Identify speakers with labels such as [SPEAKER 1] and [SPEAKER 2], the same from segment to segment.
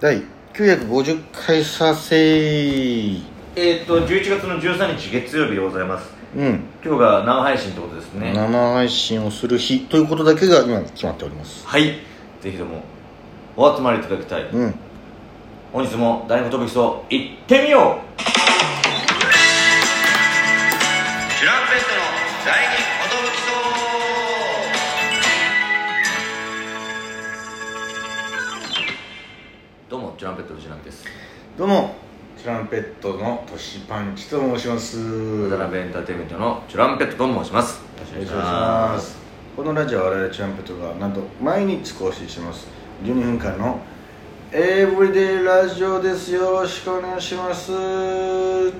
[SPEAKER 1] 第950回させ
[SPEAKER 2] えーっと11月の13日月曜日でございます
[SPEAKER 1] うん
[SPEAKER 2] 今日が生配信ってことですね
[SPEAKER 1] 生配信をする日ということだけが今決まっております
[SPEAKER 2] はいぜひともお集まりいただきたい
[SPEAKER 1] うん
[SPEAKER 2] 本日も大学トピックスを行ってみようチュランペットの第二どうもチュランペット藤波です
[SPEAKER 1] どうもトランペットのトシパンチと申しますお
[SPEAKER 2] 渡辺エンターテインメントのチュランペットと申します
[SPEAKER 1] 願いしますこのラジオは我々チランペットがなんと毎日更新します12分間のエブリデイラジオですよろしくお願いしますあ
[SPEAKER 2] え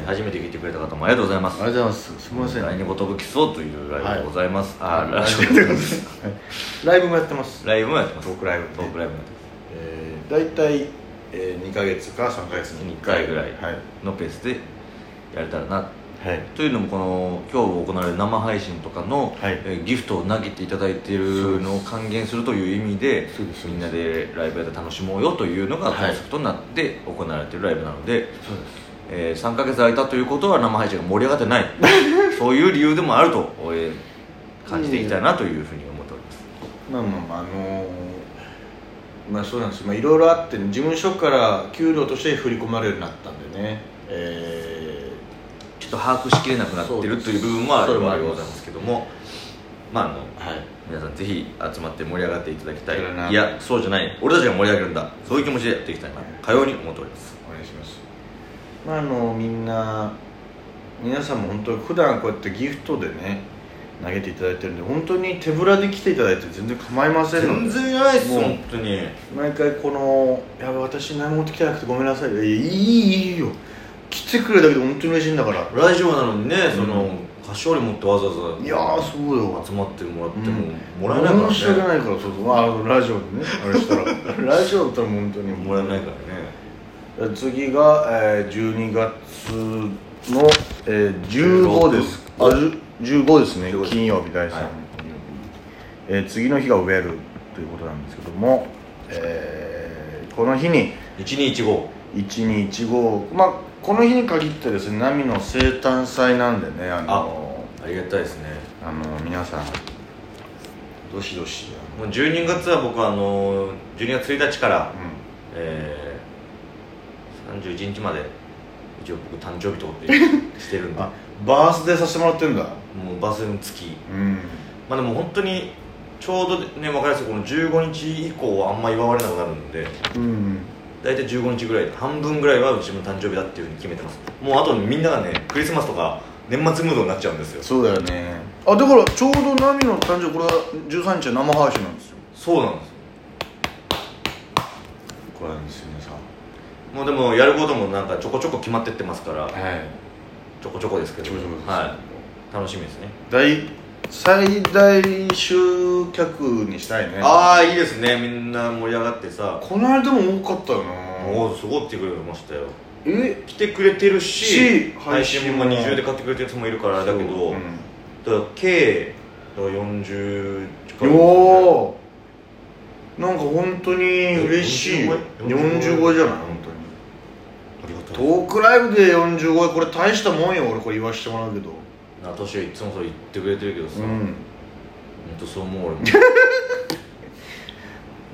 [SPEAKER 2] ー初めて聞いてくれた方もありがとうございます
[SPEAKER 1] りがとうございますすみません
[SPEAKER 2] 第二言武器そうというライブでございます、あラ
[SPEAKER 1] ラ
[SPEAKER 2] イ
[SPEAKER 1] イ
[SPEAKER 2] ブ
[SPEAKER 1] ブ
[SPEAKER 2] でございま
[SPEAKER 1] も
[SPEAKER 2] す
[SPEAKER 1] ライブもやってます
[SPEAKER 2] ライブもやってます
[SPEAKER 1] トークライブね
[SPEAKER 2] トークライブもやってま
[SPEAKER 1] えー大体、えー、2か月か3か月
[SPEAKER 2] す
[SPEAKER 1] に
[SPEAKER 2] 1回ぐらい
[SPEAKER 1] はい、
[SPEAKER 2] のペースでやれたらな、
[SPEAKER 1] はい、
[SPEAKER 2] というのもこの今日行われる生配信とかの、
[SPEAKER 1] はい
[SPEAKER 2] えーギフトを投げていただいているのを還元するという意味で
[SPEAKER 1] そうですそうです
[SPEAKER 2] みんなでライブやって楽しもうよというのがコ
[SPEAKER 1] はい
[SPEAKER 2] ンセプトになって行われているライブなので、
[SPEAKER 1] そうで
[SPEAKER 2] え3ヶ月空いたということは生配信が盛り上がってないそういう理由でもあると、えー感じていきたいなというふうに思っております
[SPEAKER 1] すまあまあまああのーまあそうなんですまあいろいろあって、事務所から給料として振り込まれるようになったんでねえ
[SPEAKER 2] ちょっと把握しきれなくなってるという部分はあるわけでございますけどもまああの
[SPEAKER 1] ー、はい
[SPEAKER 2] 皆さんぜひ集まって盛り上がっていただきた
[SPEAKER 1] そうだない
[SPEAKER 2] いやそうじゃない俺たちが盛り上げるんだそういう気持ちでやっていきたいなかように思っております
[SPEAKER 1] お願いしますまああのみんな皆さんも本当に普段こうやってギフトでね投げていただいてるんで本当に手ぶらで来ていただいて全然構いませんので
[SPEAKER 2] 全然ないっす
[SPEAKER 1] もう
[SPEAKER 2] 本当に
[SPEAKER 1] 毎回この「やばい私何も持ってきてなくてごめんなさい」いやいいいいいいよ来てくれるだけで本当に嬉しいんだから
[SPEAKER 2] ラジオなのにねそ
[SPEAKER 1] うん
[SPEAKER 2] の菓子折り持ってわざわざ
[SPEAKER 1] いやーそうよ
[SPEAKER 2] 集まってもらって
[SPEAKER 1] うん
[SPEAKER 2] ももらえないから
[SPEAKER 1] 申し訳
[SPEAKER 2] ね
[SPEAKER 1] ないからそうそう、まああの、ラジオでねあれした らラジオだったらもう本当に
[SPEAKER 2] もらえないからね
[SPEAKER 1] ら次が、えー、12月の、えー、15ですあじゅ15ですね
[SPEAKER 2] 15です
[SPEAKER 1] 金曜日第3、
[SPEAKER 2] はい
[SPEAKER 1] えー次の日がウェルということなんですけども、えーこの日に
[SPEAKER 2] 1215
[SPEAKER 1] 1215まあこの日に限ってですね波の生誕祭なんでねあの
[SPEAKER 2] ありがたいですね
[SPEAKER 1] あの皆さんどしどし
[SPEAKER 2] もう12月は僕はあの12月1日から
[SPEAKER 1] あのう
[SPEAKER 2] えー、31日まで一応僕誕生日とってしてるん
[SPEAKER 1] ん
[SPEAKER 2] で
[SPEAKER 1] あバースデーさせてもらってんだ
[SPEAKER 2] もうバスの月
[SPEAKER 1] うん
[SPEAKER 2] まあでも本当にちょうどね分かりやすいこの15日以降はあんま祝われなくなるんで
[SPEAKER 1] うん
[SPEAKER 2] 大体15日ぐらい半分ぐらいは自分の誕生日だっていうふうに決めてますもうあとみんながねクリスマスとか年末ムードになっちゃうんですよ
[SPEAKER 1] そうだよねあだからちょうど波の誕生日これは13日は生配信なんですよ
[SPEAKER 2] そうなんですよ
[SPEAKER 1] これなんですよ皆さん
[SPEAKER 2] もうでもやることもなんかちょこちょこ決まってってますから
[SPEAKER 1] はい
[SPEAKER 2] ちょこちょこですけど
[SPEAKER 1] ちょこちょこです
[SPEAKER 2] はい楽しみですね
[SPEAKER 1] 大最大集客にしたいね
[SPEAKER 2] ああいいですねみんな盛り上がってさ
[SPEAKER 1] この間も多かったよな
[SPEAKER 2] もうすごい来てくれましたよ
[SPEAKER 1] え
[SPEAKER 2] 来てくれてるし
[SPEAKER 1] し
[SPEAKER 2] 配信も
[SPEAKER 1] 配信も
[SPEAKER 2] 20で買ってくれてる人もいるからだけど、
[SPEAKER 1] うん
[SPEAKER 2] だから計だから40近い
[SPEAKER 1] よーなんか本当に嬉しいよ
[SPEAKER 2] 45
[SPEAKER 1] 45じゃない本
[SPEAKER 2] ありが
[SPEAKER 1] 当
[SPEAKER 2] とう
[SPEAKER 1] にトークライブで45はこれ大したもんよ俺これ言わしてもらうけど
[SPEAKER 2] な年はいつもそれ言ってくれてるけどさ、
[SPEAKER 1] う
[SPEAKER 2] ほん
[SPEAKER 1] ん
[SPEAKER 2] とそう思う俺も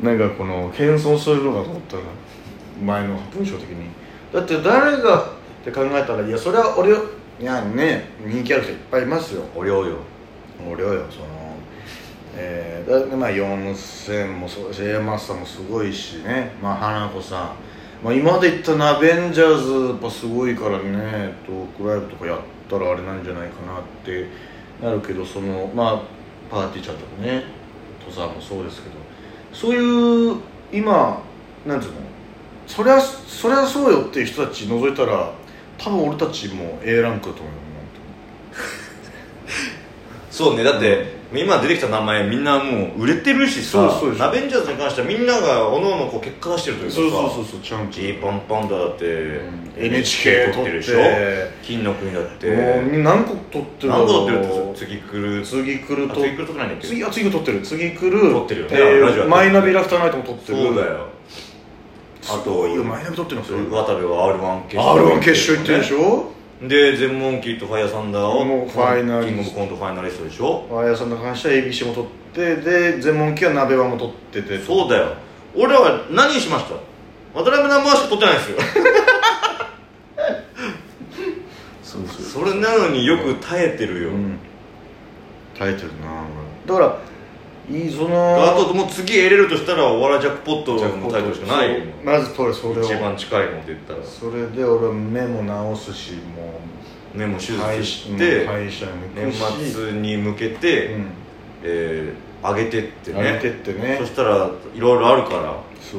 [SPEAKER 1] なんかこの謙遜するのかと思ったら前の文章的にだって誰がって考えたらいやそれは俺よいやね人気ある人いっぱいいますよ
[SPEAKER 2] お料理を
[SPEAKER 1] 俺はよそのえー、だってまあ4000もそうだし A マスターもすごいしねまあ花子さん、まあ、今まで言ったナベンジャーズやっぱすごいからねトークライブとかやったらあれなんじゃないかなってなるけどそのまあパーティーちゃんとかね土佐もそうですけどそういう今なんつうのそりゃそりゃそうよっていう人たち除いたら多分俺たちも A ランクだと思うよ
[SPEAKER 2] そうねだって、今出てきた名前みんなもう売れてるしさ
[SPEAKER 1] そうそうです
[SPEAKER 2] ナベンジャーズに関してはみんながおののこう結果出してるというかさ
[SPEAKER 1] そうそうそうそうちゃんと
[SPEAKER 2] G パンパンダだって
[SPEAKER 1] ん
[SPEAKER 2] NHK 撮ってるでしょ
[SPEAKER 1] 撮って
[SPEAKER 2] 金の国だって
[SPEAKER 1] もう何個撮ってる
[SPEAKER 2] 何個撮ってるっ
[SPEAKER 1] ろう
[SPEAKER 2] て次来る
[SPEAKER 1] 次来る
[SPEAKER 2] あ
[SPEAKER 1] と
[SPEAKER 2] 次来るとないんだっけ
[SPEAKER 1] 次あ次が撮ってる次来る
[SPEAKER 2] 撮ってるよね
[SPEAKER 1] えー
[SPEAKER 2] ラジオやってる
[SPEAKER 1] マイナビラフターナイトも撮ってる
[SPEAKER 2] そうだよあ
[SPEAKER 1] あと
[SPEAKER 2] と
[SPEAKER 1] マイナビ撮ってるんですよ
[SPEAKER 2] 渡部は R1 決
[SPEAKER 1] R1 決勝行ってるでしょ
[SPEAKER 2] で全問キーとファイヤーサンダーを
[SPEAKER 1] もうファイナリスト
[SPEAKER 2] キングオブコントファイナリストでしょ
[SPEAKER 1] あやさんの関しては ABC も撮ってで全問記は鍋場も撮ってて
[SPEAKER 2] そうだよ俺らは何しました渡辺ナンバーしか撮ってないんですよ
[SPEAKER 1] そうそ
[SPEAKER 2] それなのによく耐えてるよ、
[SPEAKER 1] うん耐えてるな俺だからいいその
[SPEAKER 2] あともう次得れるとしたらお笑いジャックポットのタイトルしかないよ
[SPEAKER 1] そうまず取れそれを
[SPEAKER 2] 一番近いのって言ったら
[SPEAKER 1] それで俺目も直すしも
[SPEAKER 2] メモ手
[SPEAKER 1] う
[SPEAKER 2] 術して
[SPEAKER 1] 歯医者に行
[SPEAKER 2] 年
[SPEAKER 1] くし
[SPEAKER 2] 末に向けて、
[SPEAKER 1] うん
[SPEAKER 2] えー上げてってね
[SPEAKER 1] 上げてってね
[SPEAKER 2] そしたらいろいろあるから
[SPEAKER 1] そ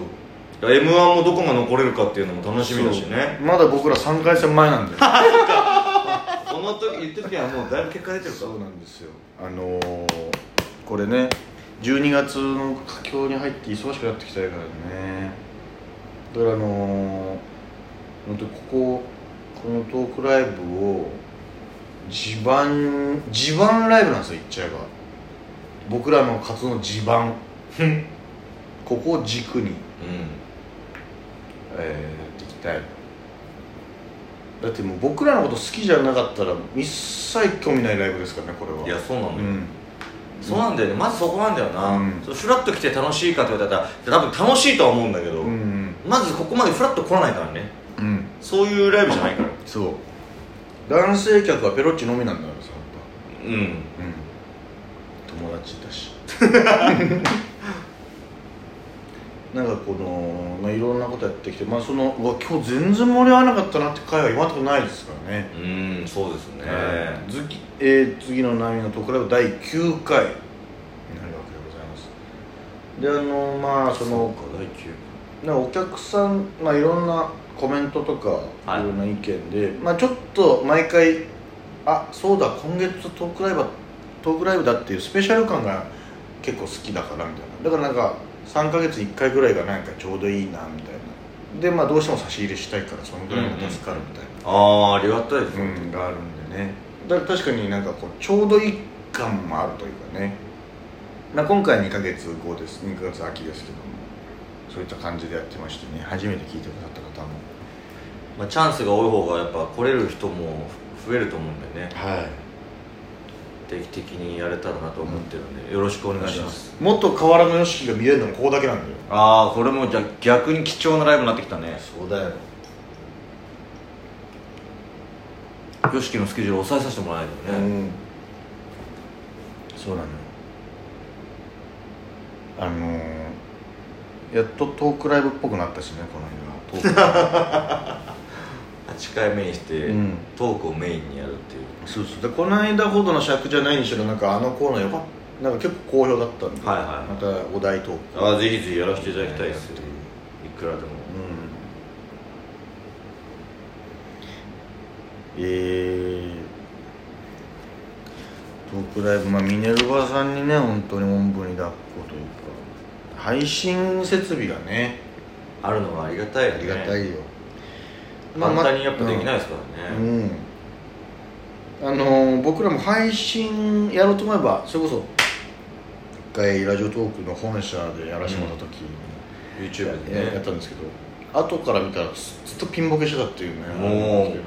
[SPEAKER 1] う
[SPEAKER 2] m 1もどこが残れるかっていうのも楽しみだしね
[SPEAKER 1] まだ僕ら3回戦前なんで
[SPEAKER 2] この時言ってる時はもうだいぶ結果出てるか
[SPEAKER 1] そうなんですよあのー、これね12月の佳境に入って忙しくなってきたからねだからあのー、本当にこここのトークライブを地盤地盤ライブなんですよ言っちゃえば僕らの活動の地盤ここを軸に
[SPEAKER 2] う
[SPEAKER 1] えーやっていきたいだってもう僕らのこと好きじゃなかったら一切興味ないライブですからねこれは
[SPEAKER 2] んいやそうな
[SPEAKER 1] う
[SPEAKER 2] のよ、
[SPEAKER 1] ん
[SPEAKER 2] そうなんだよねまずそこなんだよな、
[SPEAKER 1] うん
[SPEAKER 2] そうフラッと来て楽しいかって言われたら多分楽しいとは思うんだけど、
[SPEAKER 1] うん
[SPEAKER 2] まずここまでフラッと来ないからね
[SPEAKER 1] うん
[SPEAKER 2] そういうライブじゃないから
[SPEAKER 1] そう男性客はペロッチのみなんだからさやっ
[SPEAKER 2] うん
[SPEAKER 1] ぱうん友達だし なんかこの、まあ、いろんなことやってきてまあそのうわ今日全然盛り上がらなかったなって回は今のところないですからね
[SPEAKER 2] うんそうですね、
[SPEAKER 1] 次えー次の波のところは第9回になるわけでございますであのまあその
[SPEAKER 2] 課題級
[SPEAKER 1] なんかお客さん、まあ、いろんなコメントとか
[SPEAKER 2] はい
[SPEAKER 1] いろんな意見で、まあ、ちょっと毎回あそうだ今月トークライブはトークライブだっていうスペシャル感が結構好きだからみたいなだからなんか3ヶ月1回ぐらいがなんかちょうどいいなみたいなでまあどうしても差し入れしたいからそのぐらいが助かるみたいな、
[SPEAKER 2] ああーありがたいです、
[SPEAKER 1] うん、があるんでねだから確かになんかこうちょうどいい感もあるというかねな今回2ヶ月後です2ヶ月秋ですけどもそういった感じでやってましてね初めて聞いてくださった方も
[SPEAKER 2] まあ、チャンスが多い方がやっぱ来れる人も増えると思うんでね
[SPEAKER 1] はい
[SPEAKER 2] 定期的にやれたらなと思ってるんで、よろしくお願いします
[SPEAKER 1] もっと河原の YOSHIKI が見れるのもここだけなんだよ
[SPEAKER 2] ああこれもじゃ逆に貴重なライブになってきたね
[SPEAKER 1] そうだよ
[SPEAKER 2] YOSHIKI のスケジュール抑えさせてもらえ
[SPEAKER 1] う
[SPEAKER 2] ないとね、
[SPEAKER 1] んそうなのよあのー、やっとトークライブっぽくなったしねこの辺がトークライ
[SPEAKER 2] 8回目にして、
[SPEAKER 1] ブうん
[SPEAKER 2] トークをメインにやるっていう
[SPEAKER 1] そうそうでこの間ほどの尺じゃないにしろなんかあのコーナーよかったなんか結構好評だったんで、
[SPEAKER 2] はいはい
[SPEAKER 1] またお題トーク
[SPEAKER 2] ああぜひぜひやらせていただきたいです
[SPEAKER 1] やっ
[SPEAKER 2] よ
[SPEAKER 1] て
[SPEAKER 2] いくらでも
[SPEAKER 1] うんえー、トークライブ、まあ、ミネルヴァさんにね本当におんぶに抱っこというか配信設備がね
[SPEAKER 2] あるのはありがたいよ
[SPEAKER 1] あ
[SPEAKER 2] ね
[SPEAKER 1] りがたいよ、まあ
[SPEAKER 2] 簡単にやっぱできない
[SPEAKER 1] い
[SPEAKER 2] ですからね、
[SPEAKER 1] うん、あのー僕らも配信やろうと思えばそれこそ一回ラジオトークの本社でやらせてもらった時に、
[SPEAKER 2] YouTube
[SPEAKER 1] や
[SPEAKER 2] で
[SPEAKER 1] やっ
[SPEAKER 2] ね
[SPEAKER 1] たんですけど後から見たらずずっとピンボケしてたっていうね
[SPEAKER 2] もう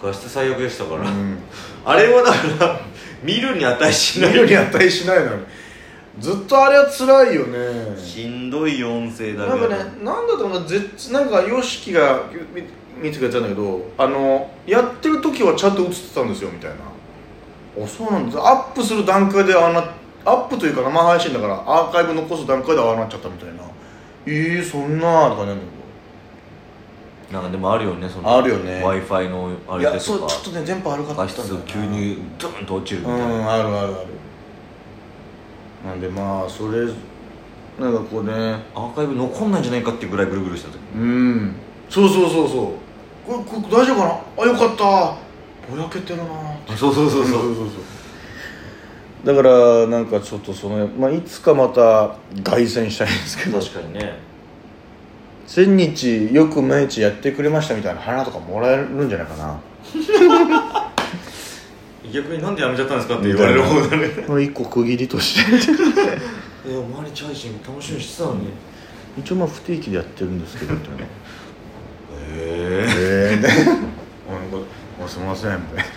[SPEAKER 2] 画質最悪でしたから、
[SPEAKER 1] うん
[SPEAKER 2] あれはだから見るに値しない
[SPEAKER 1] 見るに値しないのにずっとあれは辛いよね
[SPEAKER 2] しんどい音声だ
[SPEAKER 1] な
[SPEAKER 2] け
[SPEAKER 1] んか
[SPEAKER 2] ど
[SPEAKER 1] ねなんだと思うぜなんか YOSHIKI がみ見てくれたんだけどあのやってる時はちゃんと映ってたんですよみたいなあそうなんですアップする段階でああなアップというか生配信だからアーカイブ残す段階でああなっちゃったみたいなえー、そんなーとかなんだ
[SPEAKER 2] なんかでもあるよねその
[SPEAKER 1] あるよね
[SPEAKER 2] w i f i のあ
[SPEAKER 1] けどい
[SPEAKER 2] れで
[SPEAKER 1] やそ
[SPEAKER 2] と
[SPEAKER 1] う
[SPEAKER 2] か
[SPEAKER 1] ちょっとね電波悪かったん
[SPEAKER 2] 画
[SPEAKER 1] だ
[SPEAKER 2] 質
[SPEAKER 1] よな
[SPEAKER 2] 急にドーンと落ちるみ
[SPEAKER 1] う
[SPEAKER 2] たいな、
[SPEAKER 1] んあるあるあるなんでまあそれなんかこうね
[SPEAKER 2] アーカイブ残んないんじゃないかっていうぐらいぐるぐるした時
[SPEAKER 1] うんそうそうそうそうこれこれ大丈夫かなあよかったぼやけてるな
[SPEAKER 2] そうそうそう
[SPEAKER 1] そ
[SPEAKER 2] そう
[SPEAKER 1] うそうそうだからなんかちょっとその、まあ、いつかまた凱旋したいんですけど
[SPEAKER 2] 確かにね
[SPEAKER 1] 千日よく毎日やってくれましたみたいな花とかもらえるんじゃないかな
[SPEAKER 2] 逆になんでやめちゃったんですかって言われる方だね
[SPEAKER 1] これ一個区切りとして
[SPEAKER 2] いや毎日配信楽しみにしてたのにへ
[SPEAKER 1] 一応まあ不定期でやってるんですけどみたいなえ
[SPEAKER 2] え
[SPEAKER 1] え みたいな「すみません」みたいな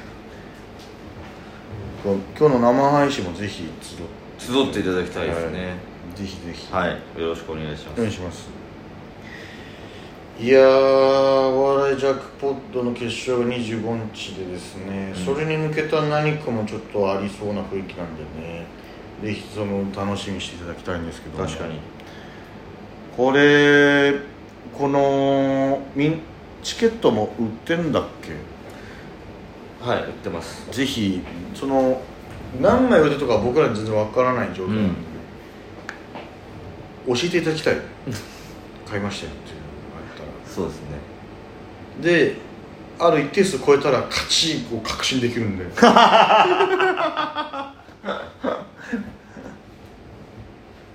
[SPEAKER 1] こう今日の生配信もぜひ集っ
[SPEAKER 2] 集っていただきたいですね
[SPEAKER 1] ぜひぜひ、
[SPEAKER 2] はい、よろしくお願いしま
[SPEAKER 1] お願い
[SPEAKER 2] す
[SPEAKER 1] しますいやーお笑いジャックポッドの決勝が25日でですね、
[SPEAKER 2] うん
[SPEAKER 1] それに向けた何かもちょっとありそうな雰囲気なんでねぜひその楽しみにしていただきたいんですけども
[SPEAKER 2] 確かに
[SPEAKER 1] これこのみんチケットも売ってんだっけ
[SPEAKER 2] はい売ってます
[SPEAKER 1] ぜひその何枚売れてとか僕らに全然わからない状況なんで、教えていただきたい買いましたよっていうのがあったら
[SPEAKER 2] そうですね
[SPEAKER 1] である一定数超えたら勝ちを確信できるんで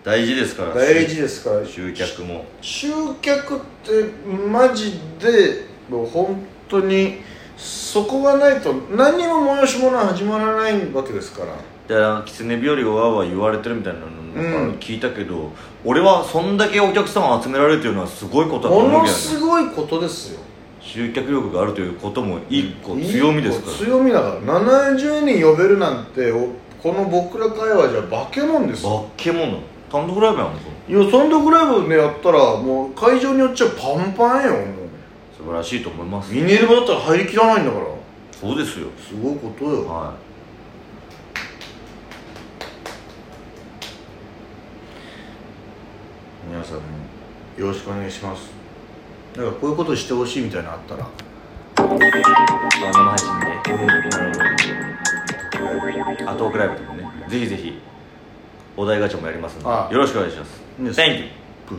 [SPEAKER 2] 大事ですか ら
[SPEAKER 1] 大事ですから
[SPEAKER 2] 集客も
[SPEAKER 1] 集客ってマジでもう本当にそこがないと何にも催し物は始まらないわけですから
[SPEAKER 2] だから狐日和がわーわー言われてるみたいなのなん
[SPEAKER 1] うん
[SPEAKER 2] か聞いたけど、俺はそんだけお客様を集められるというのはすごいことだと
[SPEAKER 1] も
[SPEAKER 2] 思う
[SPEAKER 1] の
[SPEAKER 2] けど、
[SPEAKER 1] す
[SPEAKER 2] ね、
[SPEAKER 1] ごいことですよ
[SPEAKER 2] 集客力があるということも一個強みですか
[SPEAKER 1] いい強みだから70人呼べるなんておこの僕ら界隈じゃ化け物です
[SPEAKER 2] ら
[SPEAKER 1] よ
[SPEAKER 2] 化け物単独ライブやもんそれ
[SPEAKER 1] いやサンドクライブねやったらもう会場によっちゃパンパンよもう
[SPEAKER 2] 素晴らしいと思います
[SPEAKER 1] ミネルヴァだったら入りきらないんだから
[SPEAKER 2] そうですよ
[SPEAKER 1] すごいことよ
[SPEAKER 2] は
[SPEAKER 1] 皆さんもよろしくお願いしますなんかこういうことしてほしいみたいなのあったら
[SPEAKER 2] い生配信であトークライブとかねぜひぜひお題ガチャもやりますの
[SPEAKER 1] ああ
[SPEAKER 2] でよろしくお願いします
[SPEAKER 1] ね
[SPEAKER 2] Thank you
[SPEAKER 1] ぶっ